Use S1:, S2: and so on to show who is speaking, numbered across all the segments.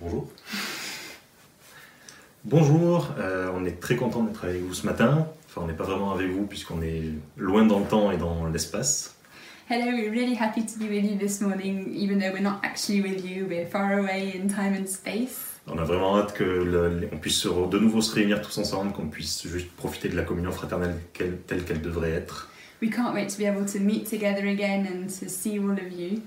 S1: Bonjour.
S2: Bonjour, euh, on est très content d'être avec vous ce matin. Enfin, on n'est pas vraiment avec vous puisqu'on est loin dans le temps et dans l'espace.
S3: Hello, we're really happy to be with you this morning, even though we're not actually with you, we're far away in time and space.
S2: On a vraiment hâte que le- on puisse se re- de nouveau se réunir tous ensemble, qu'on puisse juste profiter de la communion fraternelle qu'elle- telle qu'elle devrait être.
S3: We can't wait to be able to meet together again and to see all of you.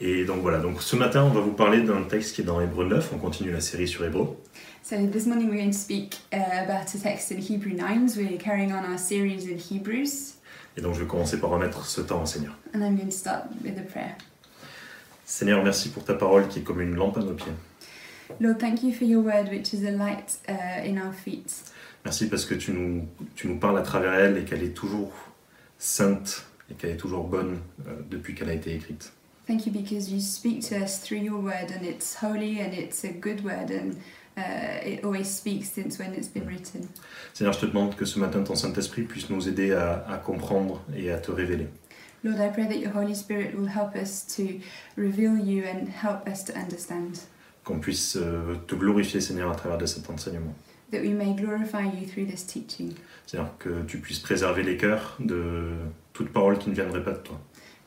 S2: Et donc voilà, donc ce matin on va vous parler d'un texte qui est dans Hébreu 9, on continue la série sur Hébreu.
S3: So, this morning we're going to speak uh, about a text in Hebrew 9s. We're carrying on our series in Hebrews,
S2: Et donc je vais commencer par remettre ce temps au Seigneur.
S3: and I'm going to start with a prayer.
S2: Seigneur, merci pour ta parole qui est comme une lampe à nos pieds.
S3: Lord, thank you for your word, which is a light uh, in our feet.
S2: Merci parce que tu nous, tu nous parles à travers elle et qu'elle est toujours sainte et qu'elle est toujours bonne euh, depuis qu'elle a été écrite.
S3: Thank you because you speak to us through your word, and it's holy and it's a good word, and uh, it always speaks since when it's been written.
S2: Seigneur, je te demande que ce matin ton Saint-Esprit puisse nous aider à, à comprendre et à te révéler.
S3: Lord, I pray that your Holy Spirit will help us to reveal you and help us to understand,
S2: Qu'on puisse euh, te glorifier, Seigneur, à travers de cet enseignement.
S3: that we may glorify you through this teaching,
S2: Seigneur, que tu puisses préserver les cœurs de toute parole qui ne viendrait pas de toi.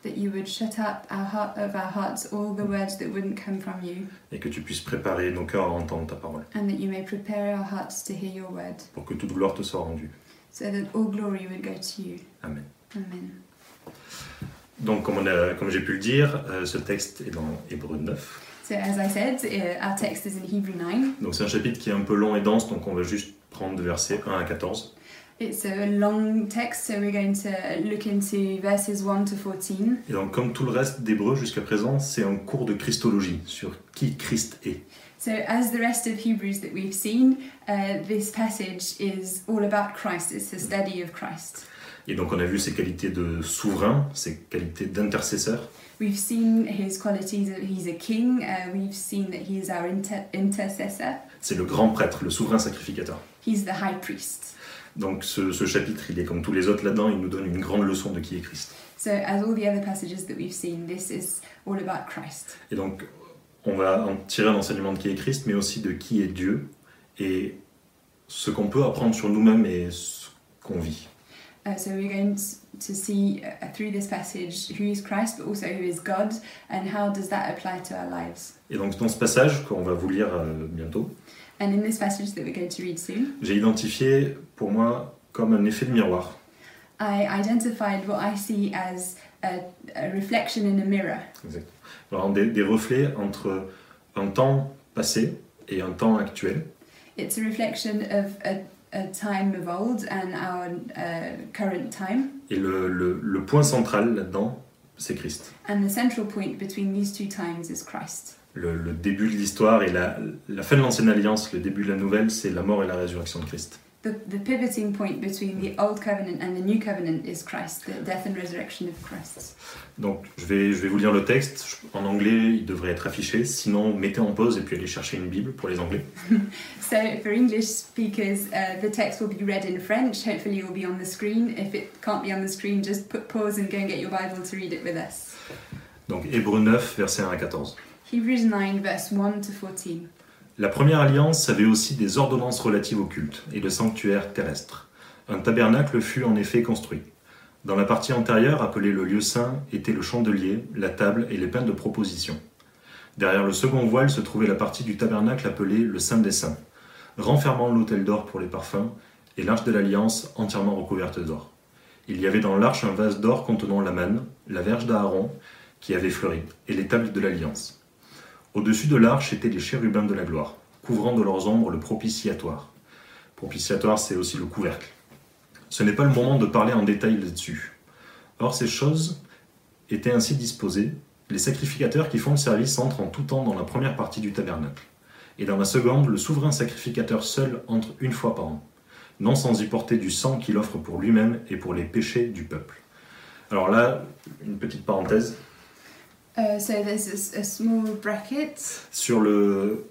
S3: that you would shut up our heart of our hearts all the words that wouldn't come from you,
S2: Et que tu puisses préparer nos cœurs à entendre ta parole.
S3: and that you may prepare our hearts to hear your word,
S2: Pour que toute gloire te soit rendue.
S3: so that all glory would go to you.
S2: Amen.
S3: Amen.
S2: Donc, comme, on a- comme j'ai pu le dire, euh, ce texte est dans Hébreu 9.
S3: So, as I said, uh, our text is in Hebrew 9.
S2: Donc c'est un chapitre qui est un peu long et dense, donc on va juste prendre de versets 1 à 14.
S3: It's a long text, so we're going to look into verses 1 to 14.
S2: Et donc comme tout le reste d'Hébreu jusqu'à présent, c'est un cours de christologie sur qui Christ est.
S3: So, as the rest of Hebrews that we've seen, uh, this passage is all about Christ. It's the study of Christ.
S2: Et donc on a vu ses qualités de souverain, ses qualités d'intercesseur,
S3: We've seen his qualities. Of, he's a king. Uh, we've seen that he is our inter- intercessor.
S2: c'est le grand prêtre, le souverain sacrificateur.
S3: He's the high priest.
S2: Donc ce, ce chapitre, il est comme tous les autres là-dedans, il nous donne une grande leçon de qui est Christ.
S3: So, as all the other passages that we've seen, this is all about Christ.
S2: Et donc on va en tirer un enseignement de qui est Christ, mais aussi de qui est Dieu et ce qu'on peut apprendre sur nous-mêmes et ce qu'on vit.
S3: Uh, so, we're going t- to see uh, through this passage who is Christ, but also who is God, and how does that apply to our lives.
S2: Et donc dans ce passage qu'on va vous lire euh, bientôt,
S3: And in this passage that we're going to read soon,
S2: j'ai identifié pour moi comme un effet de miroir.
S3: I identified what I see as a, a reflection in a mirror.
S2: Vraiment des, des reflets entre un temps passé et un temps actuel.
S3: It's a reflection of a, a time of old and our uh, current time.
S2: Et le, le- le point central là-dedans, c'est Christ.
S3: And the central point between these two times is Christ.
S2: Le, le début de l'histoire et la, la fin de l'ancienne alliance, le début de la nouvelle, c'est la mort et la résurrection de Christ.
S3: The, the pivoting point between the old covenant and the new covenant is Christ, the death and resurrection of Christ.
S2: Donc je vais, je vais vous lire le texte. Je- En anglais, il devrait être affiché. Sinon, mettez en pause et puis allez chercher une Bible pour les Anglais.
S3: So, for English speakers, uh, the text will be read in French. Hopefully, it will be on the screen. If it can't be on the screen, just put pause and go and get your Bible to read it with us.
S2: Donc Hébreu 9, versets 1 à 14.
S3: Hebrews 9, verse 1 to 14.
S2: La première alliance avait aussi des ordonnances relatives au culte et le sanctuaire terrestre. Un tabernacle fut en effet construit. Dans la partie antérieure, appelée le lieu saint, étaient le chandelier, la table et les pains de proposition. Derrière le second voile se trouvait la partie du tabernacle appelée le Saint des Saints, renfermant l'autel d'or pour les parfums et l'arche de l'alliance entièrement recouverte d'or. Il y avait dans l'arche un vase d'or contenant la manne, la verge d'Aaron, qui avait fleuri, et les tables de l'alliance. Au-dessus de l'arche étaient les chérubins de la gloire, couvrant de leurs ombres le propitiatoire. Propitiatoire, c'est aussi le couvercle. Ce n'est pas le moment de parler en détail là-dessus. Or, ces choses étaient ainsi disposées. Les sacrificateurs qui font le service entrent en tout temps dans la première partie du tabernacle. Et dans la seconde, le souverain sacrificateur seul entre une fois par an, non sans y porter du sang qu'il offre pour lui-même et pour les péchés du peuple. Alors là, une petite parenthèse.
S3: Uh, so there's a, s- a small bracket.
S2: Sur le.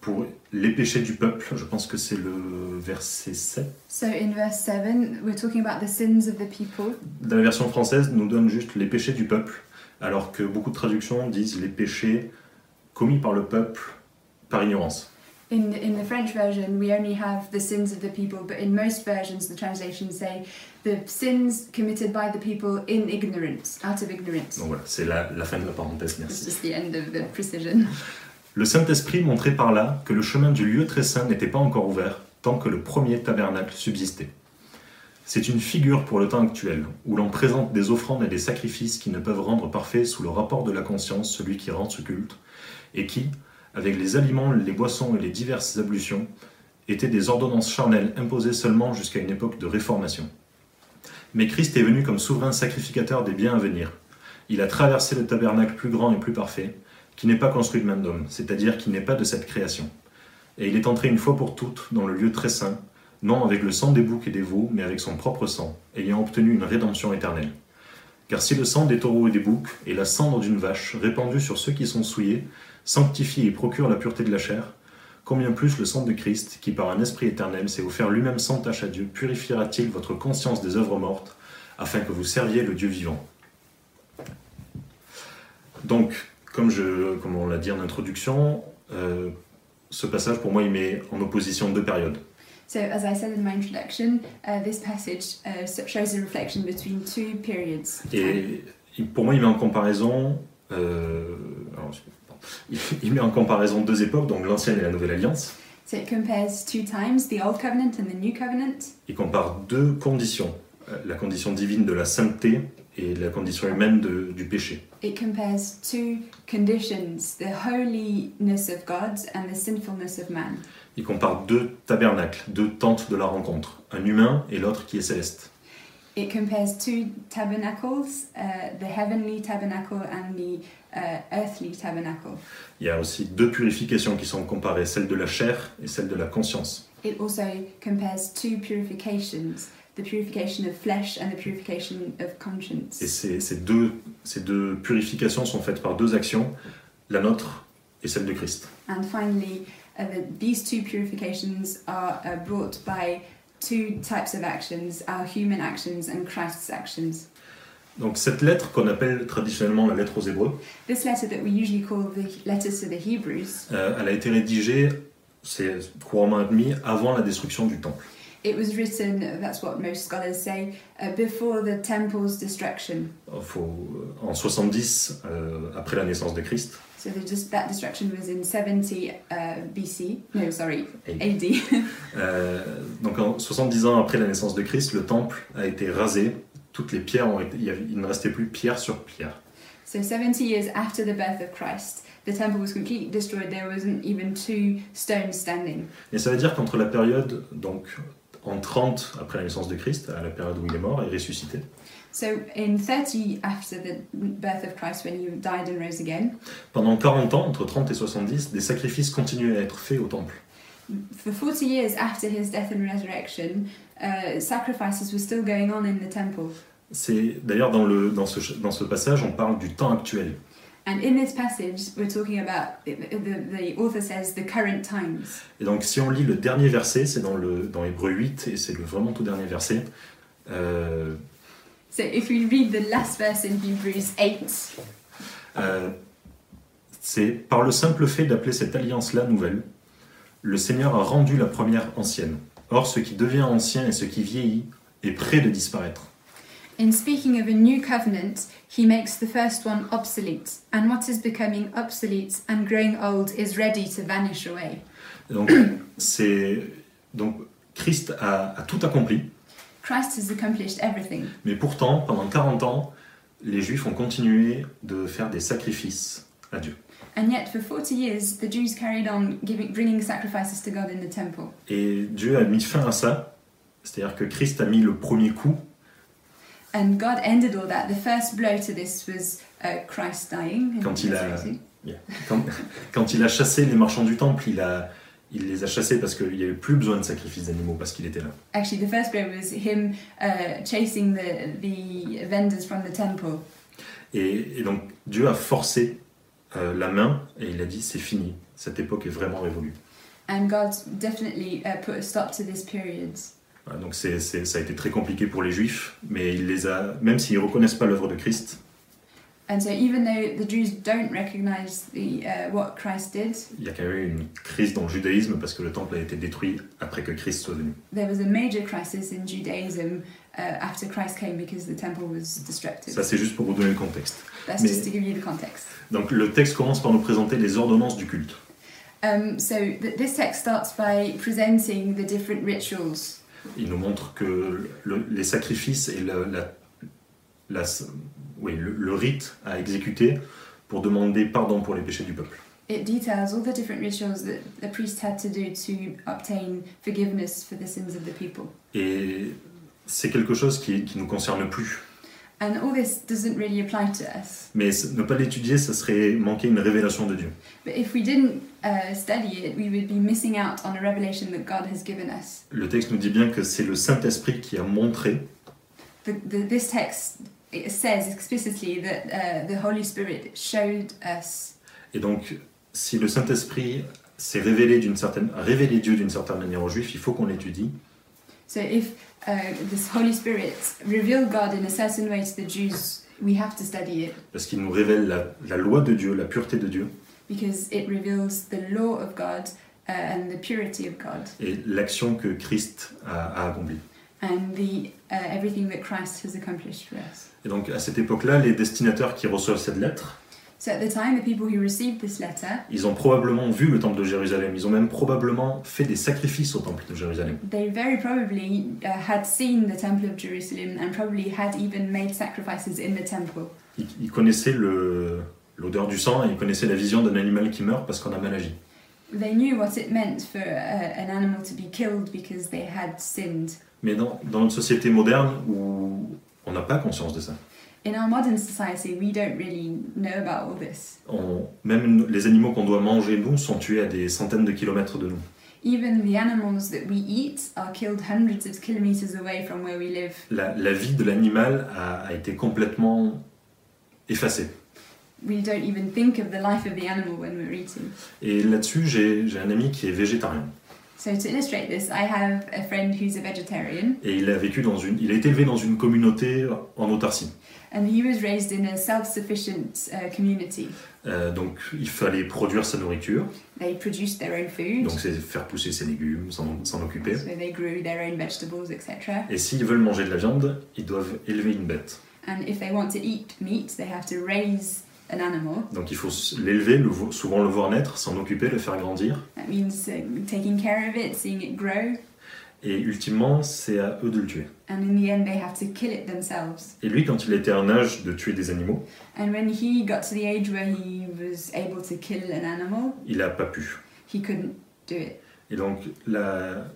S2: Pour les péchés du peuple, je pense que c'est le verset 7.
S3: So in verse 7, we're talking about the sins of the people.
S2: Dans la version française, nous donne juste les péchés du peuple, alors que beaucoup de traductions disent les péchés commis par le peuple par ignorance.
S3: In in the French version, we only have the sins of the people, but in most versions, the translations say the sins committed by the people in ignorance, out of ignorance.
S2: Donc voilà, c'est la, la fin de la parenthèse,
S3: It's
S2: merci.
S3: just the end of the precision.
S2: Le Saint-Esprit montrait par là que le chemin du lieu très saint n'était pas encore ouvert tant que le premier tabernacle subsistait. C'est une figure pour le temps actuel, où l'on présente des offrandes et des sacrifices qui ne peuvent rendre parfait sous le rapport de la conscience celui qui rend ce culte, et qui, avec les aliments, les boissons et les diverses ablutions, étaient des ordonnances charnelles imposées seulement jusqu'à une époque de réformation. Mais Christ est venu comme souverain sacrificateur des biens à venir. Il a traversé le tabernacle plus grand et plus parfait, qui n'est pas construit de main d'homme, c'est-à-dire qui n'est pas de cette création. Et il est entré une fois pour toutes dans le lieu très saint, non avec le sang des boucs et des veaux, mais avec son propre sang, ayant obtenu une rédemption éternelle. Car si le sang des taureaux et des boucs, et la cendre d'une vache, répandue sur ceux qui sont souillés, sanctifie et procure la pureté de la chair, combien plus le sang de Christ, qui par un esprit éternel s'est offert lui-même sans tache à Dieu, purifiera-t-il votre conscience des œuvres mortes, afin que vous serviez le Dieu vivant Donc, comme, je, comme on l'a dit en introduction, euh, ce passage, pour moi, il met en opposition deux périodes.
S3: So, as I said in my introduction, uh, this passage uh, so- shows a reflection between two periods. of time.
S2: Et il- pour moi, il met en comparaison. euh, alors, je- pardon. il, il met en comparaison deux époques, donc l'ancienne et la nouvelle alliance.
S3: So it compares two times, the Old Covenant and the New Covenant.
S2: Il compare deux conditions euh, la condition divine de la sainteté et la condition humaine de- du péché.
S3: It compares two conditions, the holiness of God and the sinfulness of man.
S2: Il compare deux tabernacles, deux tentes de la rencontre, un humain et l'autre qui est céleste.
S3: It compares two tabernacles, uh, the heavenly tabernacle and the uh, earthly tabernacle.
S2: Il y a aussi deux purifications qui sont comparées, celle de la chair et celle de la conscience.
S3: It also compares two purifications, the purification of flesh and the purification of
S2: Et
S3: conscience.
S2: ces, ces deux, ces deux purifications sont faites par deux actions, la nôtre et celle de Christ.
S3: And finally, uh, the, these two purifications are uh, brought by two types of actions, our human actions and Christ's actions.
S2: Donc cette lettre qu'on appelle traditionnellement la lettre aux Hébreux,
S3: This letter that we usually call the letters to the Hebrews,
S2: euh, elle a été rédigée, c'est couramment admis, avant la destruction du temple.
S3: it was written, that's what most scholars say, uh, before the temple's destruction.
S2: Faut- euh, en 70, euh, après la naissance de Christ,
S3: So the, just, that destruction was in 70 uh, BC, no, sorry,
S2: AD.
S3: AD.
S2: euh, donc en 70 ans après la naissance de Christ, le temple a été rasé, toutes les pierres ont été, il, y avait- il ne restait plus pierre sur pierre.
S3: So 70 years after the birth of Christ, the temple was completely destroyed. There wasn't even two stones standing.
S2: Et ça veut dire qu'entre la période, donc en 30 après la naissance de Christ, à la période où il est mort et ressuscité,
S3: So in 30 after the birth of Christ, when he died and rose again,
S2: pendant 40 ans, entre 30 et 70, des sacrifices continuaient à être faits au temple.
S3: for 40 years after his death and resurrection, uh, sacrifices were still going on in the temple.
S2: C'est d'ailleurs dans, le- dans ce, dans ce passage, on parle du temps actuel.
S3: And in this passage, we're talking about the, the, the author says the current times.
S2: Et donc si on lit le dernier verset, c'est dans, le, dans Hébreu 8, et c'est le vraiment tout dernier verset, euh,
S3: So if we read the last verse in Hebrews 8,
S2: euh, c'est par le simple fait d'appeler cette alliance-là nouvelle, le Seigneur a rendu la première ancienne. Or ce qui devient ancien et ce qui vieillit est près de disparaître.
S3: In speaking of a new covenant, he makes the first one obsolete, and what is becoming obsolete and growing old is ready to vanish away.
S2: Et Donc, c'est, donc Christ a- a tout accompli,
S3: Christ has accomplished everything,
S2: Mais pourtant, pendant 40 ans, les Juifs ont continué de faire des sacrifices à Dieu.
S3: and yet for 40 years the Jews carried on giving, bringing sacrifices to God in the temple.
S2: Et Dieu a mis fin à ça, c'est-à-dire que Christ a mis le premier coup,
S3: And God ended all that. The first blow to this was uh, Christ dying. and
S2: Quand il a-
S3: resurrecting.
S2: quand, quand il a chassé les marchands du temple, il, a, il les a chassés parce qu'il n'y avait plus besoin de sacrifices d'animaux, parce qu'il était là.
S3: Actually, the first blow was him uh, chasing the, the vendors from the temple.
S2: Et, et donc Dieu a forcé euh, la main et il a dit c'est fini, cette époque est vraiment révolue.
S3: And God definitely uh, put a stop to this period.
S2: Voilà, donc c'est- c'est- ça a été très compliqué pour les Juifs, mais il les a, même s'ils ne reconnaissent pas l'œuvre de Christ,
S3: And so, even though the Jews don't recognize the, uh, what Christ did,
S2: Il y a quand même eu une crise dans le judaïsme parce que le temple a été détruit après que Christ soit venu.
S3: there was a major crisis in Judaism uh, after Christ came because the temple was destructed.
S2: Ça, c'est juste pour vous donner le contexte.
S3: That's
S2: mais-
S3: just to give you the context.
S2: Donc, le texte commence par nous présenter les ordonnances du culte.
S3: Um, so, th- this text starts by presenting the different rituals
S2: Il nous montre que le- les sacrifices et la- la- la- oui, le, le rite à exécuter pour demander pardon pour les péchés du peuple.
S3: It details all the different rituals that the priest had to do to obtain forgiveness for the sins of the people.
S2: Et c'est quelque chose qui ne nous concerne plus.
S3: And all this doesn't really apply to us.
S2: Mais c- ne pas l'étudier, ça serait manquer une révélation de Dieu.
S3: But if we didn't uh, study it, we would be missing out on a revelation that God has given us.
S2: Le texte nous dit bien que c'est le Saint-Esprit qui a montré
S3: The, the, this text it says explicitly that uh, the Holy Spirit showed us.
S2: Et donc, si le Saint-Esprit s'est révélé d'une certaine, a révélé Dieu d'une certaine manière aux Juifs, il faut qu'on l'étudie.
S3: So if uh, this Holy Spirit revealed God in a certain way to the Jews, we have to study it
S2: Parce qu'il nous révèle la, la loi de Dieu, la pureté de Dieu
S3: because it reveals the law of God uh, and the purity of God.
S2: et l'action que Christ a, a accomplie.
S3: and the uh, everything that Christ has accomplished for us.
S2: Et donc, à cette époque-là, les destinataires qui reçoivent cette lettre,
S3: So at the time, the people who received this letter,
S2: ils ont probablement vu le temple de Jérusalem. Ils ont même probablement fait des sacrifices au temple de Jérusalem.
S3: they very probably uh, had seen the Temple of Jerusalem and probably had even made sacrifices in the temple.
S2: Ils, ils connaissaient le- l'odeur du sang et ils connaissaient la vision d'un animal qui meurt parce qu'on a mal agi.
S3: They knew what it meant for uh, an animal to be killed because they had sinned.
S2: Mais dans, dans une société moderne où on n'a pas conscience de ça,
S3: In our modern society, we don't really know about all this.
S2: On- même les animaux qu'on doit manger, nous, sont tués à des centaines de kilomètres de nous.
S3: Even the animals that we eat are killed hundreds of kilometers away from where we live.
S2: La, la vie de l'animal a, a été complètement effacée.
S3: We don't even think of the life of the animal when we're eating.
S2: Et là-dessus, j'ai j'ai un ami qui est végétarien.
S3: So to illustrate this, I have a friend who's a vegetarian,
S2: Et il a vécu dans une... Il a été élevé dans une communauté en autarcie.
S3: and he was raised in a self-sufficient uh, community.
S2: Euh, donc, il fallait produire sa nourriture.
S3: They produced their own food,
S2: Donc, c'est faire pousser ses légumes, s'en s'en occuper.
S3: so they grew their own vegetables, etc.
S2: Et s'ils veulent manger de la viande, ils doivent élever une bête.
S3: And if they want to eat meat, they have to raise an animal.
S2: Donc, il faut s- l'élever, le vo- souvent le voir naître, s'en occuper, le faire grandir.
S3: That means uh, taking care of it, seeing it grow,
S2: Et ultimement, c'est à eux de le tuer.
S3: and in the end, they have to kill it themselves.
S2: Et lui, quand il était à un âge de tuer des animaux,
S3: And when he got to the age where he was able to kill an animal,
S2: il n'a pas pu.
S3: he couldn't do it.
S2: Et donc, la,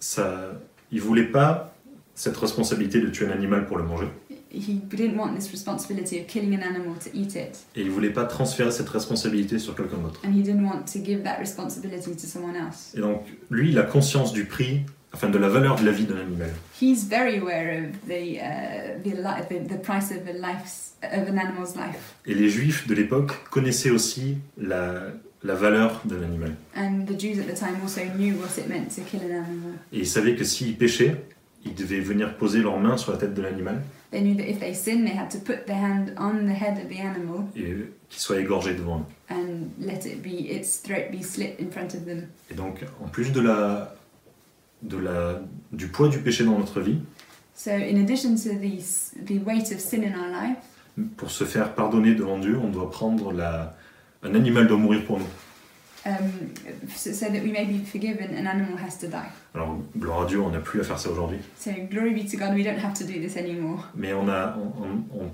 S2: ça, il voulait pas cette responsabilité de tuer un animal pour le manger.
S3: He didn't want this responsibility of killing an animal to eat it.
S2: Et il voulait pas transférer cette responsabilité sur quelqu'un d'autre.
S3: and he didn't want to give that responsibility to someone else.
S2: Et donc, lui, il a conscience du prix, enfin de la valeur de la vie d'un animal.
S3: He's very aware of the uh, the, li- the the price of a life's of an animal's life,
S2: Et les juifs de l'époque connaissaient aussi la, la valeur d'un animal.
S3: and the Jews at the time also knew what it meant to kill an animal.
S2: Et ils savaient que s'ils péchaient, ils devaient venir poser leurs mains sur la tête de l'animal
S3: They knew that if they sinned, they had to put their hand on the head of the animal
S2: et qu'il soit égorgé devant eux.
S3: and let it be its throat be slit in front of them.
S2: Et donc, en plus de la, de la, du poids du péché dans notre vie,
S3: So, in addition to the s- the weight of sin in our life,
S2: pour se faire pardonner devant Dieu, on doit prendre la... un animal doit mourir pour nous.
S3: um, so, so that we may be forgiven, an animal has to die.
S2: Alors, gloire à Dieu, on n'a plus à faire ça aujourd'hui.
S3: So, glory be to God, we don't have to do this anymore.
S2: Mais on a, on, on-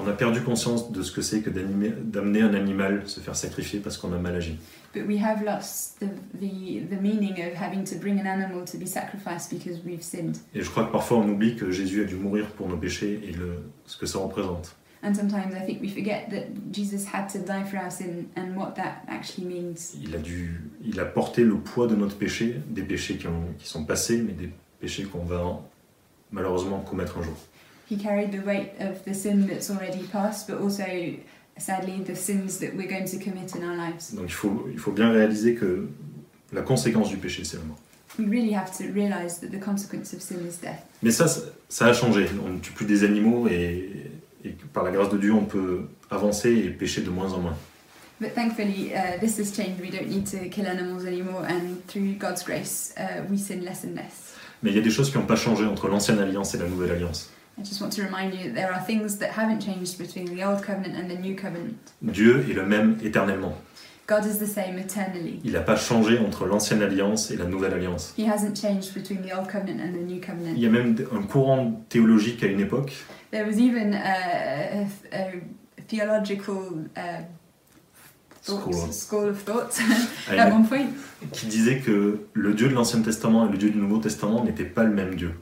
S2: on a perdu conscience de ce que c'est que d'animer- d'amener un animal se faire sacrifier parce qu'on a mal agi.
S3: But we have lost the, the, the meaning of having to bring an animal to be sacrificed because we've sinned.
S2: Et je crois que parfois on oublie que Jésus a dû mourir pour nos péchés et le, ce que ça représente.
S3: And sometimes I think we forget that Jesus had to die for our sin and what that actually means.
S2: Il a, dû, il a porté le poids de notre péché, des péchés qui, ont- qui sont passés, mais des péchés qu'on va malheureusement commettre un jour.
S3: He carried the weight of the sin that's already past, but also, sadly, the sins that we're going to commit in our lives.
S2: Donc il faut, il faut bien réaliser que la conséquence du péché, c'est la mort.
S3: We really have to realise that the consequence of sin is death.
S2: Mais ça, ça ça a changé. On ne tue plus des animaux et et que par la grâce de Dieu, on peut avancer et pécher de moins en moins.
S3: But thankfully, uh, this has changed. We don't need to kill animals anymore, and through God's grace, uh, we sin less and less.
S2: Mais il y a des choses qui n'ont pas changé entre l'ancienne alliance et la nouvelle alliance.
S3: I just want to remind you that there are things that haven't changed between the Old Covenant and the New Covenant.
S2: Dieu est le même éternellement.
S3: God is the same eternally.
S2: Il n'a pas changé entre l'ancienne alliance et la nouvelle alliance.
S3: He hasn't changed between the Old Covenant and the New
S2: Il
S3: Covenant.
S2: y a même un courant théologique à une époque
S3: There was even a, a, a theological uh, thought,
S2: School.
S3: school of thought
S2: à une-
S3: at one point
S2: qui disait que le Dieu de l'Ancien Testament et le Dieu du Nouveau Testament n'étaient pas le même Dieu.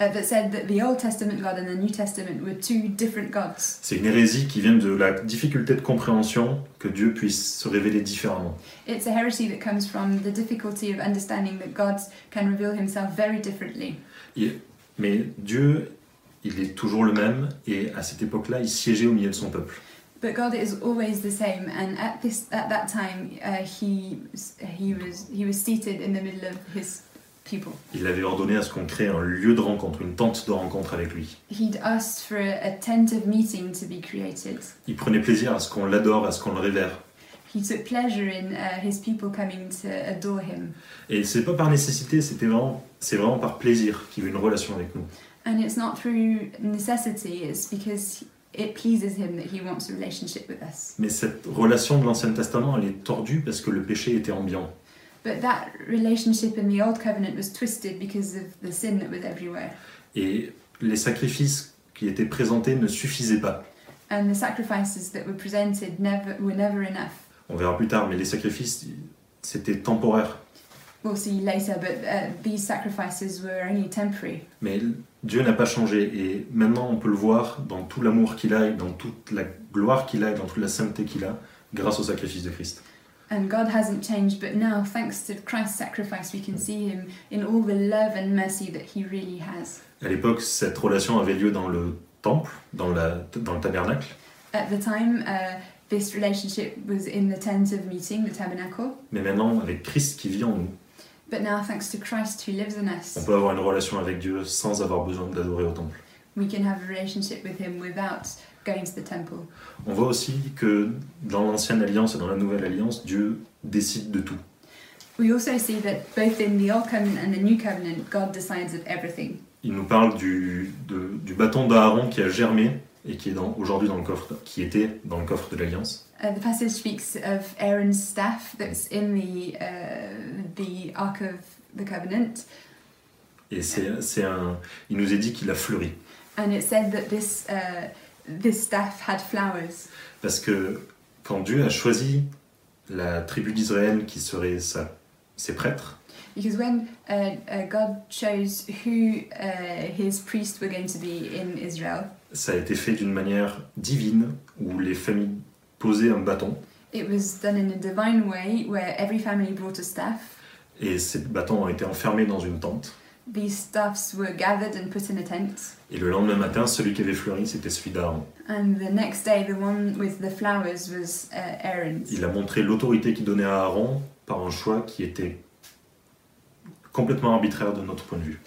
S3: uh, that said that the Old Testament God and the New Testament were two different gods.
S2: C'est une hérésie qui vient de la difficulté de compréhension que Dieu puisse se révéler différemment.
S3: It's a heresy that comes from the difficulty of understanding that God can reveal himself very differently.
S2: Mais Dieu, il est toujours le même et à cette époque-là, il siégeait au milieu de son peuple.
S3: But God is always the same, and at this at that time, uh, he s- he was he was seated in the middle of his people.
S2: Il avait ordonné à ce qu'on crée un lieu de rencontre, une tente de rencontre avec lui.
S3: He'd asked for a, a tent of meeting to be created.
S2: Il prenait plaisir à ce qu'on l'adore, à ce qu'on le révère.
S3: He took pleasure in uh, his people coming to adore him,
S2: Et c'est pas par nécessité, c'était vraiment, c'est vraiment par plaisir qu'il veut une relation avec nous.
S3: and it's not through necessity; it's because it pleases him that he wants a relationship with us.
S2: Mais cette relation de l'Ancien Testament, elle est tordue parce que le péché était ambiant.
S3: But that relationship in the old covenant was twisted because of the sin that was everywhere,
S2: Et les sacrifices qui étaient présentés ne suffisaient pas.
S3: and the sacrifices that were presented never were never enough.
S2: On verra plus tard, mais les sacrifices, c'était temporaire.
S3: We'll see later, but uh, these sacrifices were only temporary.
S2: Mais Dieu n'a pas changé. Et maintenant, on peut le voir dans tout l'amour qu'il a, et dans toute la gloire qu'il a, et dans toute la sainteté qu'il a, grâce au sacrifice de Christ.
S3: And God hasn't changed, but now, thanks to Christ's sacrifice, we can see Him in all the love and mercy that He really has.
S2: À l'époque, cette relation avait lieu dans le temple, dans, la- dans le tabernacle.
S3: At the time, uh, this relationship was in the tent of meeting, the tabernacle,
S2: Mais maintenant, avec Christ qui vit en nous,
S3: but now, thanks to Christ who lives in
S2: on
S3: us,
S2: peut avoir une relation avec Dieu sans avoir besoin d'adorer au temple.
S3: we can have a relationship with Him without going to the temple.
S2: On voit aussi que dans l'ancienne alliance et dans la nouvelle alliance, Dieu décide de tout.
S3: We also see that both in the Old Covenant and the New Covenant, God decides of everything.
S2: Il nous parle du, de- du bâton d'Aaron qui a germé et qui est dans- aujourd'hui dans le coffre, qui était dans le coffre de l'Alliance.
S3: Uh, the passage speaks of Aaron's staff that's in the uh, the Ark of the Covenant,
S2: Et c'est, c'est un, il nous est dit qu'il a fleuri.
S3: and it said that this uh, this staff had flowers
S2: Parce que quand Dieu a choisi la tribu d'Israël qui serait sa- ses prêtres,
S3: because when uh, uh, God chose who uh, His priests were going to be in Israel,
S2: ça a été fait d'une manière divine où les familles posaient un bâton
S3: it was done in a divine way where every family brought a staff.
S2: et ces bâtons ont été enfermés dans une tente.
S3: These staffs were gathered and put in a tent,
S2: Et le lendemain matin, celui qui avait fleuri, c'était celui d'Aaron.
S3: and the next day the one with the flowers was uh, Aaron's.
S2: Il a montré l'autorité qu'il donnait à Aaron par un choix qui était complètement arbitraire de notre point de vue.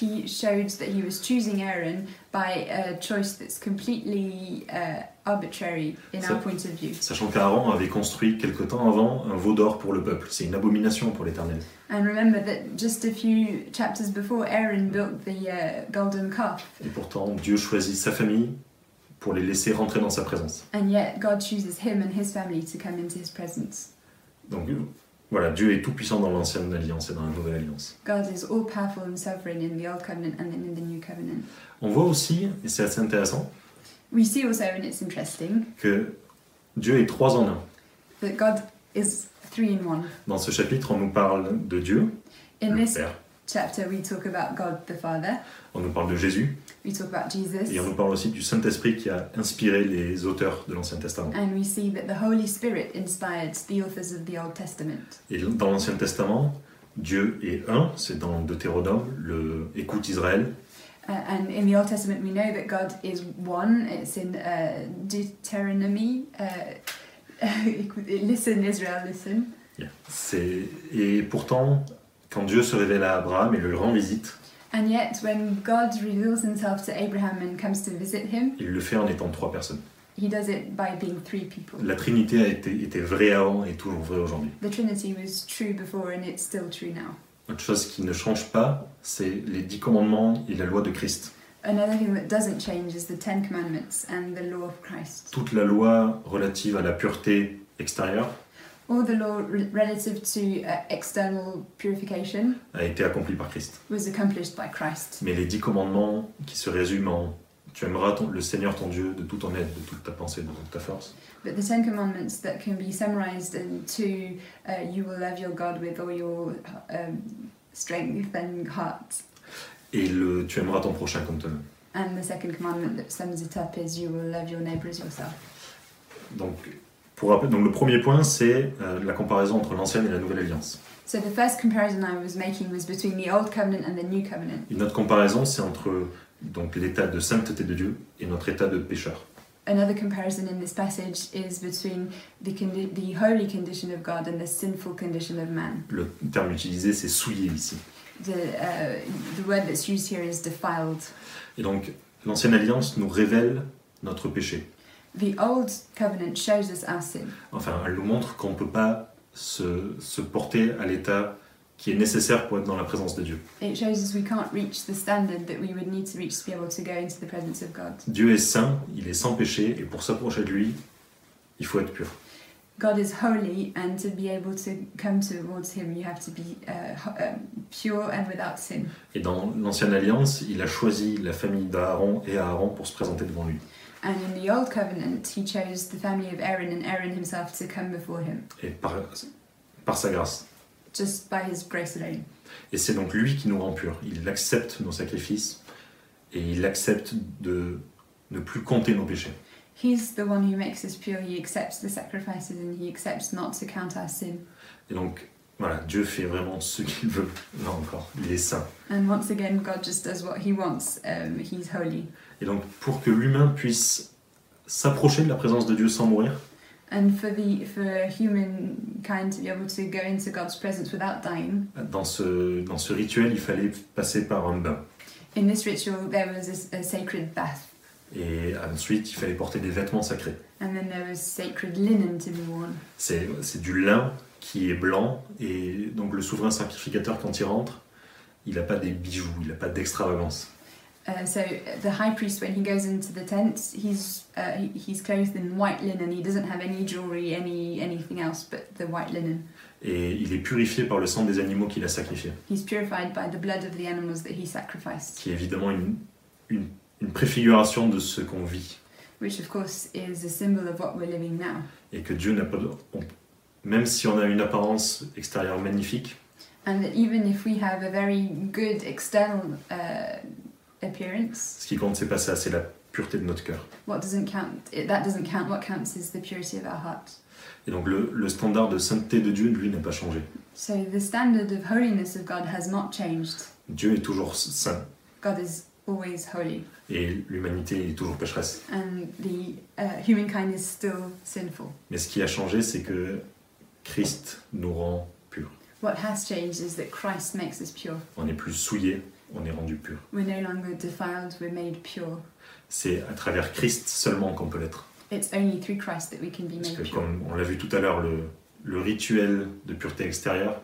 S3: he showed that he was choosing Aaron by a choice that's completely uh, arbitrary in
S2: So-
S3: our point of view.
S2: Sachant qu'Aaron avait construit quelque temps avant un veau d'or pour le peuple. C'est une abomination pour l'Éternel.
S3: And remember that just a few chapters before, Aaron built the uh, golden calf,
S2: Et pourtant, Dieu choisit sa famille pour les laisser rentrer dans sa présence.
S3: and yet God chooses him and his family to come into his presence.
S2: Donc euh, voilà, Dieu est tout puissant dans l'ancienne alliance et dans la nouvelle alliance.
S3: God is all powerful and sovereign in the Old Covenant and then in the New Covenant.
S2: On voit aussi, et c'est assez intéressant,
S3: We see also, and it's interesting,
S2: que Dieu est trois en un.
S3: that God is three in one.
S2: Dans ce chapitre, on nous parle de Dieu,
S3: In
S2: le
S3: this
S2: Père.
S3: chapter, we talk about God the Father,
S2: On nous parle de Jésus,
S3: we talk about Jesus,
S2: Et on nous parle aussi du Saint-Esprit qui a inspiré les auteurs de l'Ancien Testament.
S3: And we see that the Holy Spirit inspired the authors of the Old Testament.
S2: Et dans l'Ancien Testament, Dieu est un, c'est dans Deutéronome, le Écoute Israël.
S3: Uh, and in the Old Testament, we know that God is one. It's in uh, Deuteronomy. Uh, listen, Israel, listen.
S2: C'est- Et pourtant, quand Dieu se révèle à Abraham et lui rend visite,
S3: And And yet, when God reveals himself to Abraham and comes to visit him,
S2: Il le fait en étant trois personnes.
S3: he does it by being three people.
S2: La Trinité a été, était vraie avant et toujours vraie aujourd'hui.
S3: The Trinity was true before and it's still true now.
S2: Autre chose qui ne change pas, c'est les dix commandements et la loi de Christ.
S3: Another thing that doesn't change is the Ten Commandments and the law of Christ.
S2: Toute la loi relative à la pureté extérieure
S3: All the law re- relative to uh, external purification
S2: a été accomplie par Christ.
S3: was accomplished by Christ.
S2: Mais les dix commandements qui se résument en Tu aimeras ton- le Seigneur ton Dieu de tout ton être, de toute ta pensée, de toute ta force,
S3: But the Ten Commandments that can be summarized into uh, you will love your God with all your um, strength and heart.
S2: et le Tu aimeras ton prochain comme toi-même.
S3: And the second commandment that sums it up is you will love your neighbour as yourself.
S2: Donc, pour rappel- donc le premier point, c'est euh, la comparaison entre l'ancienne et la nouvelle alliance.
S3: So the first comparison I was making was between the Old Covenant and the New Covenant.
S2: Une autre comparaison, c'est entre donc l'état de sainteté de Dieu et notre état de pécheur.
S3: Another comparison in this passage is between the, condi- the holy condition of God and the sinful condition of man.
S2: Le terme utilisé, c'est souillé ici.
S3: The, uh, the word that's used here is defiled.
S2: Et donc, l'ancienne alliance nous révèle notre péché.
S3: The Old Covenant shows us our sin.
S2: Enfin, elle nous montre qu'on ne peut pas se, se porter à l'état qui est nécessaire pour être dans la présence de Dieu.
S3: It shows us we can't reach the standard that we would need to reach to be able to go into the presence of God.
S2: Dieu est saint, il est sans péché, et pour s'approcher de lui, il faut être pur.
S3: God is holy, and to be able to come towards Him, you have to be uh, ho- um, pure and without sin.
S2: Et dans l'ancienne alliance, il a choisi la famille d'Aaron et Aaron pour se présenter devant lui.
S3: And in the Old Covenant, He chose the family of Aaron and Aaron himself to come before Him,
S2: et par, par sa grâce.
S3: just by His grace alone.
S2: Et c'est donc lui qui nous rend purs. Il accepte nos sacrifices et il accepte de ne plus compter nos péchés.
S3: He's the one who makes us pure. He accepts the sacrifices, and He accepts not to count our sin.
S2: Et donc, voilà, Dieu fait vraiment ce qu'il veut. Là encore, il est saint.
S3: And once again, God just does what He wants. Um, he's holy.
S2: Et donc, pour que l'humain puisse s'approcher de la présence de Dieu sans mourir,
S3: And for the for humankind to be able to go into God's presence without dying,
S2: dans ce, dans ce rituel, il fallait passer par un bain.
S3: in this ritual there was a s a a sacred bath.
S2: Et ensuite, il fallait porter des vêtements sacrés.
S3: And then there was sacred linen to be worn.
S2: C'est c'est du lin qui est blanc, et donc le souverain sacrificateur, quand il rentre, il n'a pas des bijoux, il n'a pas d'extravagance.
S3: Uh, so the high priest, when he goes into the tent, he's uh, he- he's clothed in white linen. He doesn't have any jewelry, any anything else but the white linen.
S2: Et il est purifié par le sang des animaux qu'il a sacrifiés,
S3: He's purified by the blood of the animals that he sacrificed,
S2: qui est évidemment une, une, une préfiguration de ce qu'on vit,
S3: which of course is a symbol of what we're living now.
S2: et que Dieu n'a pas de... on- même si on a une apparence extérieure magnifique,
S3: And that even if we have a very good external uh, appearance,
S2: ce qui compte, c'est pas ça, c'est la pureté de notre cœur.
S3: what doesn't count? It, that doesn't count. What counts is the purity of our heart.
S2: Et donc le, le standard de sainteté de Dieu, lui, n'a pas changé.
S3: So the standard of holiness of God has not changed.
S2: Dieu est toujours saint,
S3: God is always holy.
S2: et l'humanité est toujours pécheresse.
S3: and the uh, humankind is still sinful.
S2: Mais ce qui a changé, c'est que Christ nous rend purs.
S3: What has changed is that Christ makes us pure.
S2: On n'est plus souillé, on est rendu pur.
S3: We're no longer defiled, we're made pure.
S2: C'est à travers Christ seulement qu'on peut l'être.
S3: It's only through Christ that we can be
S2: Parce
S3: made
S2: que
S3: pure.
S2: comme on l'a vu tout à l'heure, le, le rituel de pureté extérieure,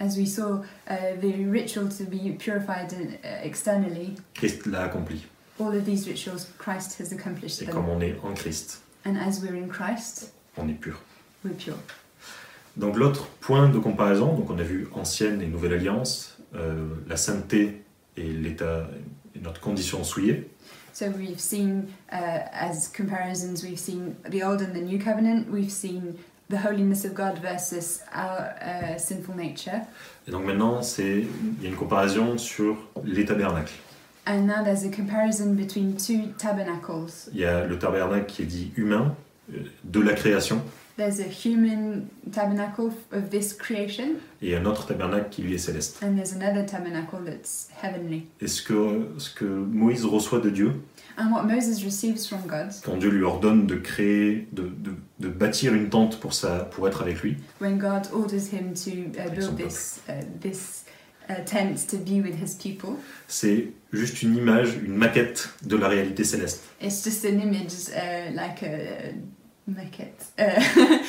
S3: As we saw, uh, the ritual to be purified in- uh, externally,
S2: Christ l'a accompli.
S3: all of these rituals, Christ has accomplished
S2: Et
S3: them.
S2: comme on est en Christ,
S3: And as we're in Christ,
S2: on est pur.
S3: we're pure.
S2: Donc l'autre point de comparaison, donc on a vu ancienne et nouvelle alliance, euh, la sainteté et l'état et notre condition souillée.
S3: So we've seen, uh, as comparisons, we've seen the Old and the New Covenant, we've seen the holiness of God versus our uh, sinful nature.
S2: Et donc maintenant, c'est il y a une comparaison sur les tabernacles.
S3: And now there's a comparison between two tabernacles.
S2: Il y a le tabernacle qui est dit humain, euh, de la création,
S3: There's a human tabernacle f- of this creation,
S2: et un autre tabernacle qui lui est céleste.
S3: and there's another tabernacle that's heavenly.
S2: Et ce que, ce que Moïse reçoit de Dieu,
S3: And what Moses receives from God,
S2: quand Dieu lui ordonne de créer, de, de- de bâtir une tente pour, sa, pour être avec lui,
S3: when God orders him to uh,
S2: Avec son peuple.
S3: build this uh, this uh, tents to be with his people.
S2: C'est juste une image, une maquette de la réalité céleste.
S3: It's just an image, uh, like a maquette, uh,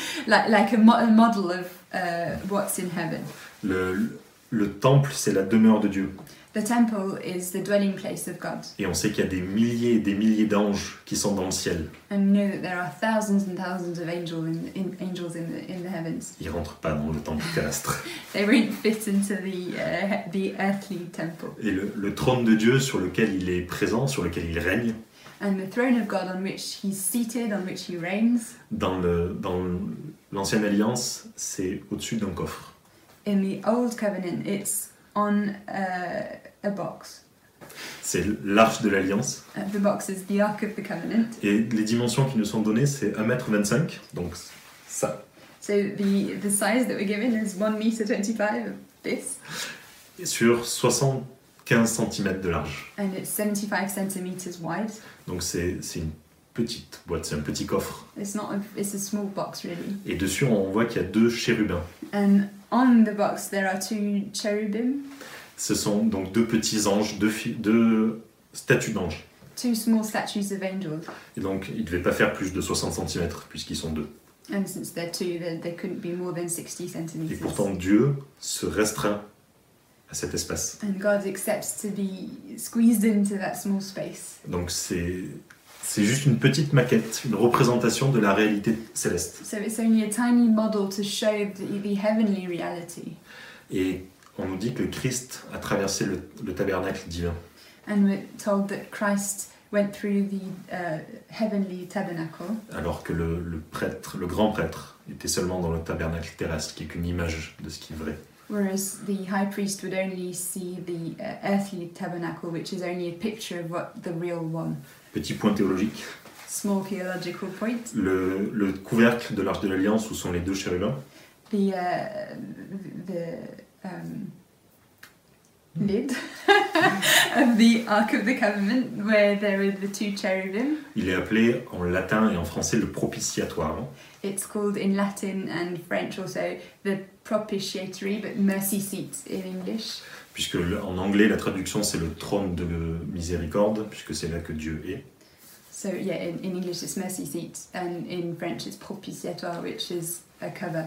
S3: like like a, mo- a model of uh, what's in heaven.
S2: Le, le temple, c'est la demeure de Dieu.
S3: The temple is the dwelling place of God,
S2: Et on sait qu'il y a des milliers et des milliers d'anges qui sont dans le ciel.
S3: and we know that there are thousands and thousands of angel in, in, angels in the in the heavens.
S2: Ils rentrent pas dans le temple terrestre.
S3: They won't fit into the uh, the earthly temple,
S2: Et le, le trône de Dieu sur lequel il est présent, sur lequel il règne,
S3: and the throne of God on which He's seated, on which He reigns.
S2: dans le- dans l'ancienne alliance, c'est au-dessus d'un coffre.
S3: In the old covenant, it's on uh, a box.
S2: C'est l'arche de l'alliance.
S3: Uh, the box is the Ark of the Covenant.
S2: Et les dimensions qui nous sont données, c'est 1m25, donc ça.
S3: So the the size that we're given is one meter twenty five of this,
S2: Et sur 75 cm de large.
S3: and it's seventy five centimeters wide.
S2: Donc c'est c'est une petite boîte, c'est un petit coffre.
S3: It's not a, it's a small box really.
S2: Et dessus, on voit qu'il y a deux chérubins.
S3: And on the box there are two cherubim,
S2: Ce sont donc deux petits anges, deux, fi- deux statues d'anges.
S3: two small statues of angels.
S2: Et donc, ils ne devaient pas faire plus de 60 cm, puisqu'ils sont deux.
S3: And since they're two, they, they couldn't be more than sixty
S2: Et
S3: centimeters.
S2: pourtant, Dieu se restreint à cet espace.
S3: And God accepts to be squeezed into that small space.
S2: Donc, c'est c'est juste une petite maquette, une représentation de la réalité céleste.
S3: So it's only a tiny model to show the, the heavenly reality.
S2: Et on nous dit que le Christ a traversé le, le tabernacle divin.
S3: And we're told that Christ went through the uh, heavenly tabernacle,
S2: alors que le, le prêtre, le grand prêtre, était seulement dans le tabernacle terrestre, qui est qu'une image de ce qui est vrai.
S3: whereas the high priest would only see the uh, earthly tabernacle, which is only a picture of what the real one.
S2: Petit point théologique,
S3: Small theological point.
S2: le, le couvercle de l'arche de l'alliance où sont les deux chérubins,
S3: The uh, the um, lid of the Ark of the Covenant, where there are the two cherubim.
S2: il est appelé en latin et en français le propitiatoire. hein.
S3: It's called in Latin and French also the propitiatory, but mercy seat in English.
S2: Puisque le- en anglais, la traduction c'est le trône de miséricorde, puisque c'est là que Dieu est.
S3: So yeah, in, in English it's mercy seat, and in French it's propitiatoire, which is a cover.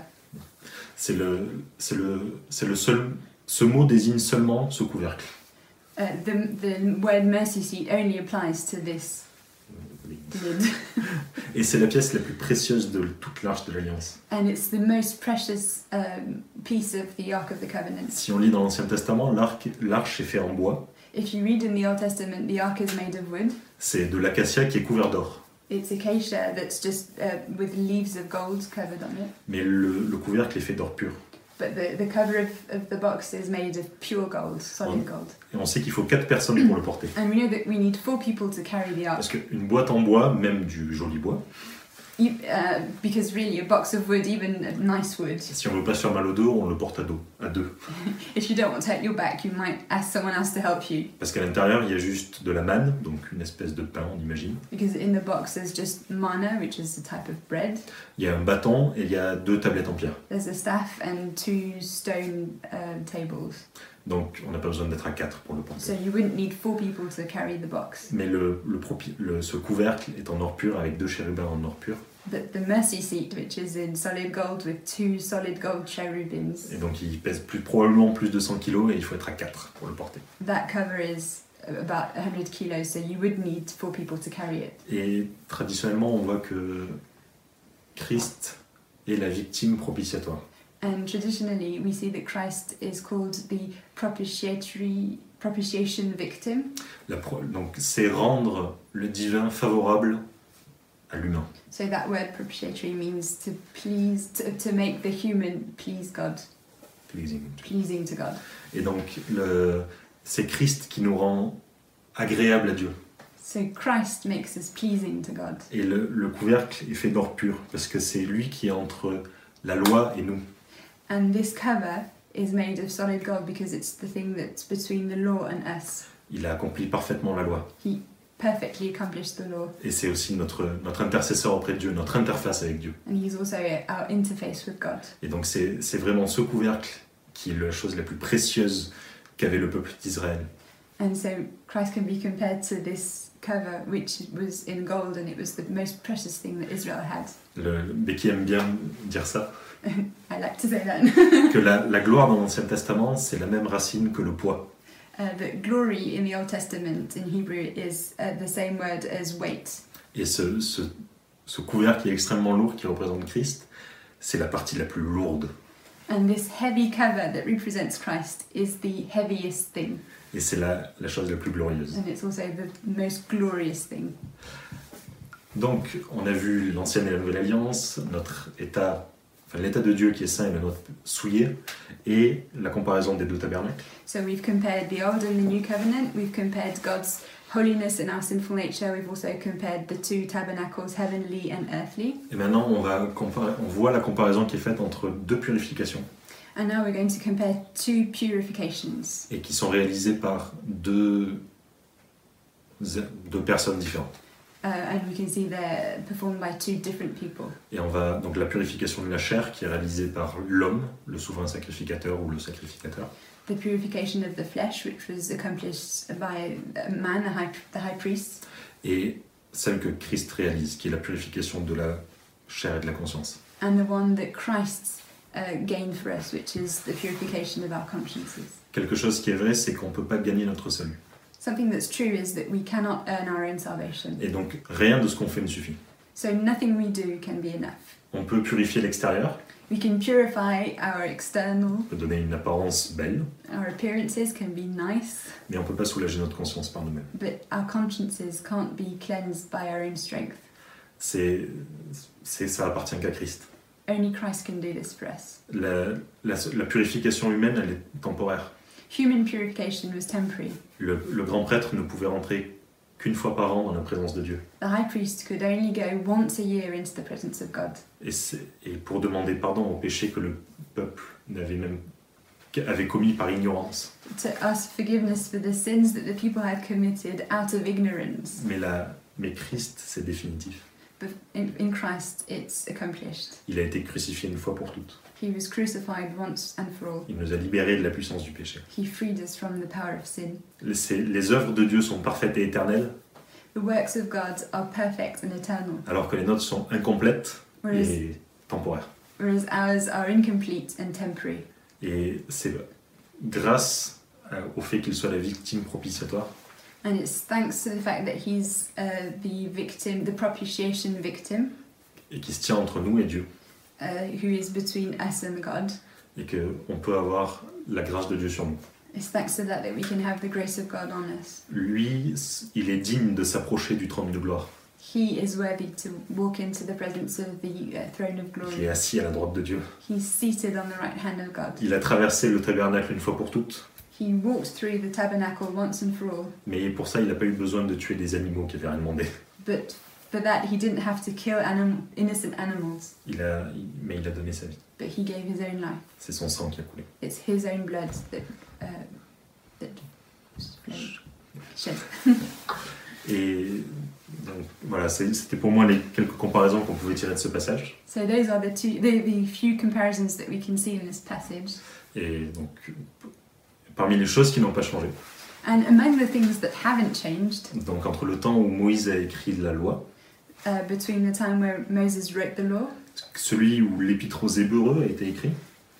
S2: C'est le, c'est le, c'est le seul. Ce mot désigne seulement ce couvercle.
S3: Uh, the the word mercy seat only applies to this lid,
S2: Et c'est la pièce la plus précieuse de toute l'arche de l'alliance.
S3: and it's the most precious um, piece of the Ark of the Covenant.
S2: Si on lit dans l'Ancien Testament, l'arc- l'arche est faite en bois.
S3: If you read in the Old Testament, the Ark is made of wood.
S2: C'est de l'acacia qui est couvert d'or.
S3: It's acacia that's just uh, with leaves of gold covered on it,
S2: Mais le, le couvercle est fait d'or pur.
S3: but the, the cover of, of the box is made of pure gold, solid gold.
S2: Et on sait qu'il faut quatre personnes pour le porter.
S3: And we know that we need four people to carry the Ark.
S2: Parce qu'une boîte en bois, même du joli bois,
S3: You, uh, because really, a box of wood, even a nice wood,
S2: si on veut pas se faire mal au dos, on le porte à dos, à deux.
S3: if you don't want to hurt your back, you might ask someone else to help you.
S2: Parce qu'à l'intérieur, il y a juste de la manne, donc une espèce de pain, on imagine.
S3: Because in the box, there's just manna, which is a type of bread,
S2: Il y a un bâton et il y a deux tablettes en pierre.
S3: there's a staff, and two stone uh, tables.
S2: Donc on n'a pas besoin d'être à quatre pour le
S3: So
S2: porter.
S3: you wouldn't need four people to carry the box.
S2: Mais le, le propi- le- ce couvercle est en or pur avec deux chérubins en or pur.
S3: But the mercy seat, which is in solid gold with two solid gold cherubims,
S2: Et donc il pèse plus, probablement plus de 100 kilos et il faut être à quatre pour le porter.
S3: that cover is about 100 kilos, so you would need four people to carry it.
S2: Et traditionnellement, on voit que Christ est la victime propitiatoire.
S3: And traditionally, we see that Christ is called the propitiatory propitiation victim.
S2: La pro- Donc, c'est rendre le divin favorable à l'humain.
S3: So that word propitiatory means to please, to, to make the human please God, pleasing to God.
S2: Et donc, le- c'est Christ qui nous rend agréable à Dieu.
S3: So Christ makes us pleasing to God.
S2: Et le, le couvercle est fait d'or pur, parce que c'est lui qui est entre la loi et nous.
S3: And this cover is made of solid gold because it's the thing that's between the law and us.
S2: Il a accompli parfaitement la loi.
S3: He perfectly accomplished the law,
S2: Et c'est aussi notre, notre intercesseur auprès de Dieu, notre interface avec Dieu.
S3: and he's also our interface with God.
S2: Et donc c'est c'est vraiment ce couvercle qui est la chose la plus précieuse qu'avait le peuple d'Israël.
S3: And so Christ can be compared to this cover, which was in gold, and it was the most precious thing that Israel had.
S2: Le, Becky aime bien dire ça,
S3: I like to say that.
S2: que la, la gloire dans l'Ancien Testament, c'est la même racine que le poids.
S3: uh, that glory in the Old Testament in Hebrew is uh, the same word as weight.
S2: Et ce, ce, ce couvert qui est extrêmement lourd, qui représente Christ, c'est la partie la plus lourde.
S3: And this heavy cover that represents Christ is the heaviest thing,
S2: Et c'est la, la chose la plus glorieuse.
S3: and it's also the most glorious thing.
S2: Donc, on a vu l'Ancienne et la Nouvelle Alliance, notre état, enfin, l'état de Dieu qui est saint et le nôtre souillé, et la comparaison des deux tabernacles.
S3: So we've compared the Old and the New Covenant, we've compared God's holiness and our sinful nature, we've also compared the two tabernacles, heavenly and earthly.
S2: Et maintenant, on, va comparer- on voit la comparaison qui est faite entre deux purifications,
S3: And now we're going to compare two purifications,
S2: et qui sont réalisées par deux, deux personnes différentes.
S3: uh, and we can see they're performed by two different people.
S2: Et on va donc la purification de la chair qui est réalisée par l'homme, le souverain sacrificateur ou le sacrificateur,
S3: the purification of the flesh, which was accomplished by a man, the high, the high priest,
S2: et celle que Christ réalise, qui est la purification de la chair et de la conscience.
S3: and the one that Christ uh, gained for us, which is the purification of our consciences.
S2: Quelque chose qui est vrai, c'est qu'on ne peut pas gagner notre salut.
S3: Something that's true is that we cannot earn our own salvation.
S2: Et donc rien de ce qu'on fait ne suffit.
S3: So nothing we do can be enough.
S2: On peut purifier l'extérieur,
S3: We can purify our external,
S2: on peut donner une apparence belle,
S3: our appearances can be nice,
S2: mais on ne peut pas soulager notre conscience par nous-mêmes.
S3: but our consciences can't be cleansed by our own strength.
S2: C'est, c'est, ça appartient qu'à Christ.
S3: Only Christ can do this for us.
S2: La, la- la purification humaine, elle est temporaire.
S3: Human purification was temporary.
S2: Le, le grand prêtre ne pouvait rentrer qu'une fois par an dans la présence de Dieu.
S3: The high priest could only go once a year into the presence of God
S2: Et, c'est- et pour demander pardon au péché que le peuple n'avait même, avait commis par ignorance.
S3: to ask forgiveness for the sins that the people had committed out of ignorance.
S2: Mais, la, mais Christ, c'est définitif.
S3: But in, in Christ, it's accomplished.
S2: Il a été crucifié une fois pour toutes.
S3: He was crucified once and for all.
S2: Il nous a libérés de la puissance du péché.
S3: He freed us from the power of sin.
S2: C'est- les œuvres de Dieu sont parfaites et éternelles,
S3: The works of God are perfect and eternal,
S2: alors que les nôtres sont incomplètes
S3: whereas,
S2: et temporaires.
S3: whereas ours are incomplete and temporary.
S2: Et c'est grâce euh, au fait qu'il soit la victime propitiatoire
S3: And it's thanks to the fact that he's uh, the victim, the propitiation victim,
S2: et qui se tient entre nous et Dieu,
S3: uh, who is between us and God.
S2: et qu'on peut avoir la grâce de Dieu sur nous.
S3: It's thanks to that that we can have the grace of God on us.
S2: Lui, il est digne de s'approcher du trône de gloire,
S3: He is worthy to walk into the presence of the uh, throne of
S2: qui est
S3: glory.
S2: assis à la droite de Dieu.
S3: He's seated on the right hand of God.
S2: Il a traversé le tabernacle une fois pour toutes,
S3: He walked through the tabernacle once and for all,
S2: mais pour ça, il n'a pas eu besoin de tuer des animaux qui avaient rien demandé.
S3: but for that he didn't have to kill anim- innocent animals,
S2: Il a, mais il a donné sa vie.
S3: but he gave his own life.
S2: C'est son sang qui a coulé.
S3: It's his own blood that uh, that shed.
S2: Et donc, voilà, c'est- c'était pour moi les quelques comparaisons qu'on pouvait tirer de ce passage.
S3: So those are the two, the, the few comparisons that we can see in this passage.
S2: Et donc, p- parmi les choses qui n'ont pas changé,
S3: And among the things that haven't changed,
S2: donc entre le temps où Moïse a écrit la loi,
S3: uh, between the time where Moses wrote the law
S2: celui où l'épître aux Hébreux a été écrit,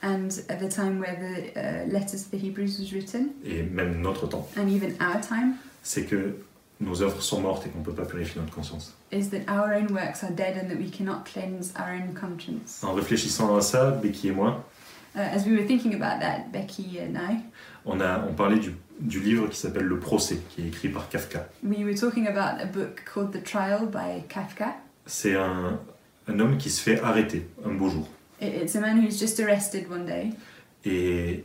S3: and at the time where the uh, letter to the Hebrews was written,
S2: et même notre temps,
S3: and even our time,
S2: c'est que nos œuvres sont mortes et qu'on ne peut pas purifier notre conscience.
S3: is that our own works are dead and that we cannot cleanse our own conscience.
S2: En réfléchissant à ça, Becky et moi,
S3: Uh, as we were thinking about that, Becky and I,
S2: on, a, on parlait du, du livre qui s'appelle Le procès, qui est écrit par Kafka.
S3: we were talking about a book called The Trial by Kafka.
S2: C'est un, un homme qui se fait arrêter un beau jour.
S3: I- It's a man who's just arrested one day
S2: et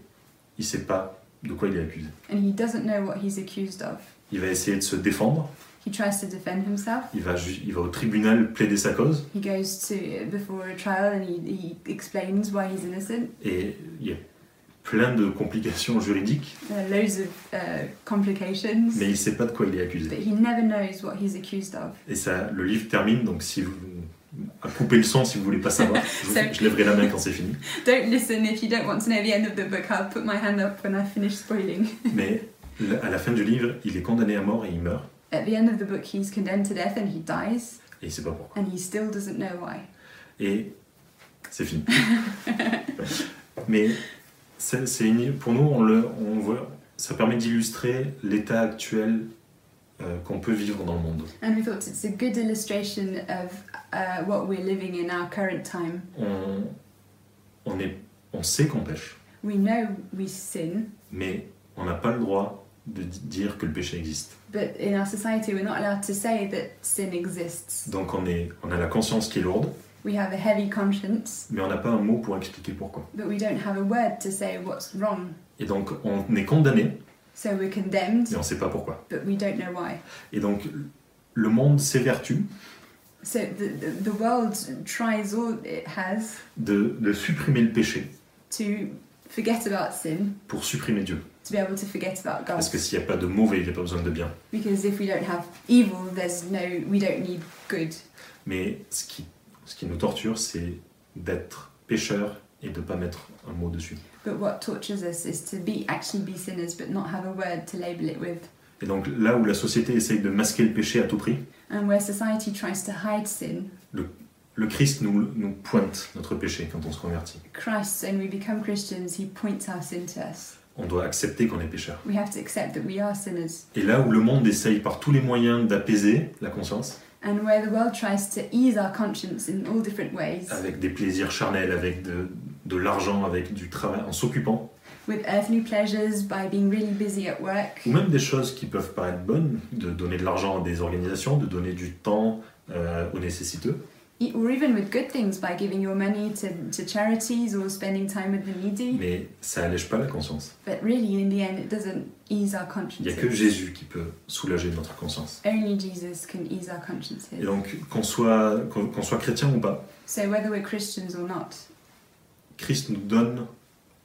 S2: il sait pas de quoi il est accusé.
S3: and he doesn't know what he's accused of.
S2: Il va essayer de se défendre,
S3: He tries to defend himself.
S2: il va, ju- il va au tribunal plaider sa cause,
S3: He goes to before a trial and he, he explains why he's innocent.
S2: et il y a plein de complications juridiques,
S3: There are loads of uh, complications.
S2: mais il sait pas de quoi il est accusé.
S3: but he never knows what he's accused of.
S2: Et ça, le livre termine, donc si vous, à couper le son si vous voulez pas savoir. Je, vous- je lèverai la main quand c'est fini.
S3: Don't listen if you don't want to know the end of the book. I'll put my hand up when I finish spoiling.
S2: Mais l- à la fin du livre, il est condamné à mort et il meurt.
S3: At the end of the book, he's condemned to death and he dies,
S2: Et il sait pas pourquoi.
S3: and he still doesn't know why.
S2: Et c'est fini. Mais c'est c'est une- pour nous, on le, on voit, ça permet d'illustrer l'état actuel euh, qu'on peut vivre dans le monde.
S3: And we thought it's a good illustration of uh, what we're living in our current time.
S2: On, on, est, on sait qu'on pêche,
S3: We know we sin,
S2: mais on n'a pas le droit de di- dire que le péché existe.
S3: but in our society, we're not allowed to say that sin exists.
S2: Donc on, est, on a la conscience qui est lourde,
S3: We have a heavy conscience,
S2: mais on n'a pas un mot pour expliquer pourquoi.
S3: but we don't have a word to say what's wrong.
S2: Et donc on est condamné,
S3: So we're condemned,
S2: mais on ne sait pas pourquoi.
S3: but we don't know why.
S2: Et donc le monde s'évertue
S3: So the, the, the world tries all it has
S2: de, de supprimer le péché
S3: to forget about sin,
S2: pour supprimer Dieu.
S3: to be able to forget about God.
S2: Parce que s'il n'y a pas de mauvais, il n'y a pas besoin de bien.
S3: Because if we don't have evil, there's no, we don't need good.
S2: Mais ce qui, ce qui nous torture, c'est d'être pécheur et de ne pas mettre un mot dessus.
S3: But what tortures us is to be actually be sinners, but not have a word to label it with.
S2: Et donc là où la société essaye de masquer le péché à tout prix,
S3: And where society tries to hide sin,
S2: le Christ nous, nous pointe notre péché quand on se convertit.
S3: Christ, when we become Christians, He points our sin to us.
S2: On doit accepter qu'on est pécheur.
S3: We have to accept that we are sinners.
S2: Et là où le monde essaye par tous les moyens d'apaiser la conscience,
S3: And where the world tries to ease our conscience in all different ways,
S2: avec des plaisirs charnels, avec de, de l'argent, avec du travail, en s'occupant,
S3: with earthly pleasures, by being really busy at work,
S2: ou même des choses qui peuvent paraître bonnes, de donner de l'argent à des organisations, de donner du temps euh, aux nécessiteux,
S3: E- or even with good things by giving your money to, to charities or spending time with the needy.
S2: mais ça allège pas la conscience.
S3: But really, in the end, it doesn't ease our
S2: Il n'y a que
S3: consciences.
S2: Jésus qui peut soulager notre conscience.
S3: Only Jesus can ease our
S2: Et
S3: consciences.
S2: donc, qu'on soit, qu'on qu'on soit chrétien ou pas,
S3: So, whether we're Christians or not,
S2: Christ nous donne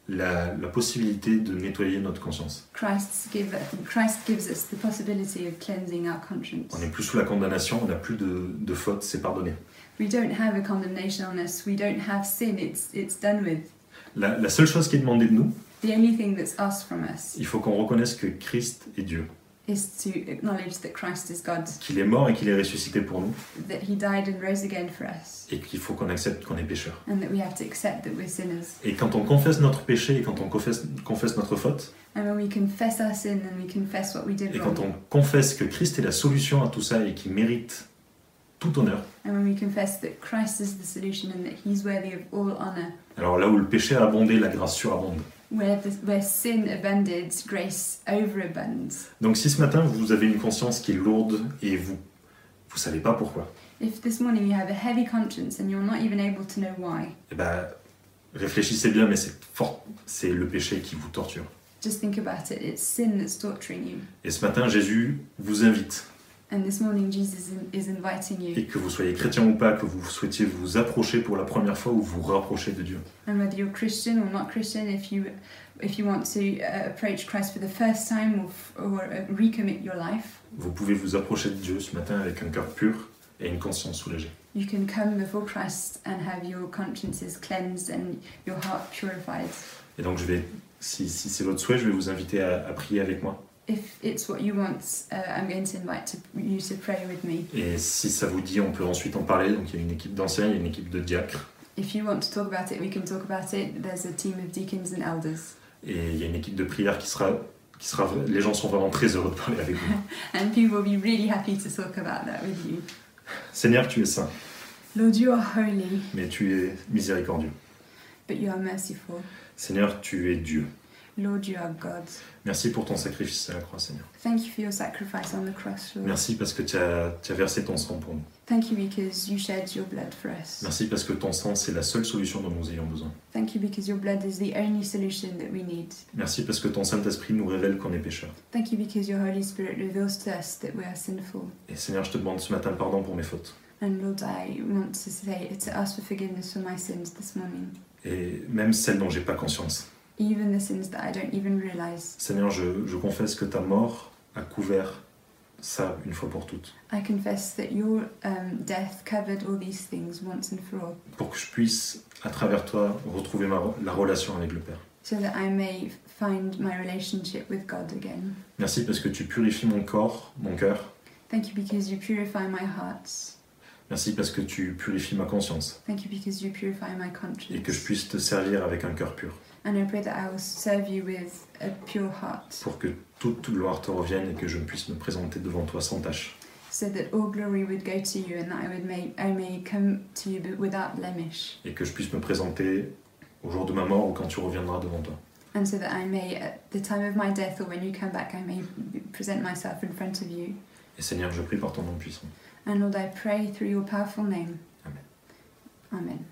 S2: la, la possibilité de nettoyer notre conscience.
S3: Christ, give, Christ gives us the possibility of cleansing our conscience.
S2: On n'est plus sous la condamnation, on n'a plus de, de faute, c'est pardonné.
S3: We don't have a condemnation on us, we don't have sin, it's, it's done with.
S2: La, la seule chose qui est demandée de nous,
S3: The only thing that's asked from us
S2: il faut qu'on reconnaisse que Christ est Dieu,
S3: is to acknowledge that Christ is God,
S2: qu'il est mort et qu'il est ressuscité pour nous,
S3: that He died and rose again for us,
S2: et qu'il faut qu'on accepte qu'on est pécheur.
S3: and that we have to accept that we're sinners.
S2: Et quand on confesse notre péché, et quand on confesse, confesse notre faute,
S3: And when we confess our sin and we confess what we did
S2: et
S3: wrong,
S2: quand on confesse que Christ est la solution à tout ça et qu'il mérite tout honneur,
S3: and when we confess that Christ is the solution and that He's worthy of all honor,
S2: alors là où le péché a abondé, la grâce surabonde.
S3: where, the, where sin abounded, grace overabunds.
S2: Donc si ce matin vous avez une conscience qui est lourde et vous vous savez pas pourquoi,
S3: If this morning you have a heavy conscience and you're not even able to know why,
S2: eh ben réfléchissez bien, mais c'est fort, c'est le péché qui vous torture.
S3: just think about it. It's sin that's torturing you.
S2: Et ce matin Jésus vous invite
S3: And this morning Jesus in- is inviting you.
S2: et que vous soyez chrétien ou pas, que vous souhaitiez vous approcher pour la première fois ou vous rapprocher de Dieu.
S3: And whether you're Christian or not Christian, if you if you want to uh, approach Christ for the first time or, f- or uh, recommit your life,
S2: Vous pouvez vous approcher de Dieu ce matin avec un cœur pur et une conscience soulagée.
S3: You can come before Christ and have your consciences cleansed and your heart purified.
S2: Et donc je vais, si, si c'est votre souhait, je vais vous inviter à, à prier avec moi.
S3: If it's what you want, uh, I'm going to invite to, you to pray with me.
S2: Et si ça vous dit, on peut ensuite en parler. Donc il y a une équipe d'anciens, il y a une équipe de diacres
S3: If you want to talk about it, we can talk about it. There's a team of deacons and elders,
S2: Et il y a une équipe de prière qui sera, qui sera. Les gens sont vraiment très heureux de parler avec vous.
S3: and people will be really happy to talk about that with you.
S2: Seigneur, tu es saint,
S3: Lord, you are holy,
S2: mais tu es miséricordieux.
S3: but you are merciful.
S2: Seigneur, tu es Dieu.
S3: Lord, you are God.
S2: Merci pour ton sacrifice à la croix, Seigneur.
S3: Thank you for your sacrifice on the cross, Lord.
S2: Merci parce que tu as, tu as versé ton sang pour nous.
S3: Thank you because you shed your blood for us.
S2: Merci parce que ton sang, c'est la seule solution dont nous ayons besoin.
S3: Thank you because your blood is the only solution that we need.
S2: Merci parce que ton Saint-Esprit nous révèle qu'on est pécheurs.
S3: Thank you because your Holy Spirit reveals to us that we are sinful.
S2: Et Seigneur, je te demande ce matin pardon pour mes fautes.
S3: And Lord, I want to say to ask for forgiveness for my sins this morning,
S2: Et même celles dont j'ai pas conscience.
S3: even the sins that I don't even realize.
S2: Seigneur, je, je confesse que ta mort a couvert ça une fois pour toutes,
S3: I confess that your um, death covered all these things once and for all,
S2: pour que je puisse, à travers toi, retrouver ma, la relation avec le Père.
S3: so that I may find my relationship with God again.
S2: Merci parce que tu purifies mon corps, mon cœur.
S3: Thank you because you purify my hearts.
S2: Merci parce que tu purifies ma conscience
S3: Thank you because you purify my
S2: et que je
S3: conscience.
S2: puisse te servir avec un cœur pur,
S3: And I pray that I will serve you with a pure heart,
S2: pour que toute gloire te revienne et que je puisse me présenter devant toi sans tache.
S3: so that all glory would go to you, and that I would may I may come to you but without blemish,
S2: et que je puisse me présenter au jour de ma mort ou quand tu reviendras devant toi.
S3: and so that I may, at the time of my death or when you come back, I may present myself in front of you.
S2: Et Seigneur, je prie par ton nom puissant.
S3: And Lord, I pray through your powerful name.
S2: Amen.
S3: Amen.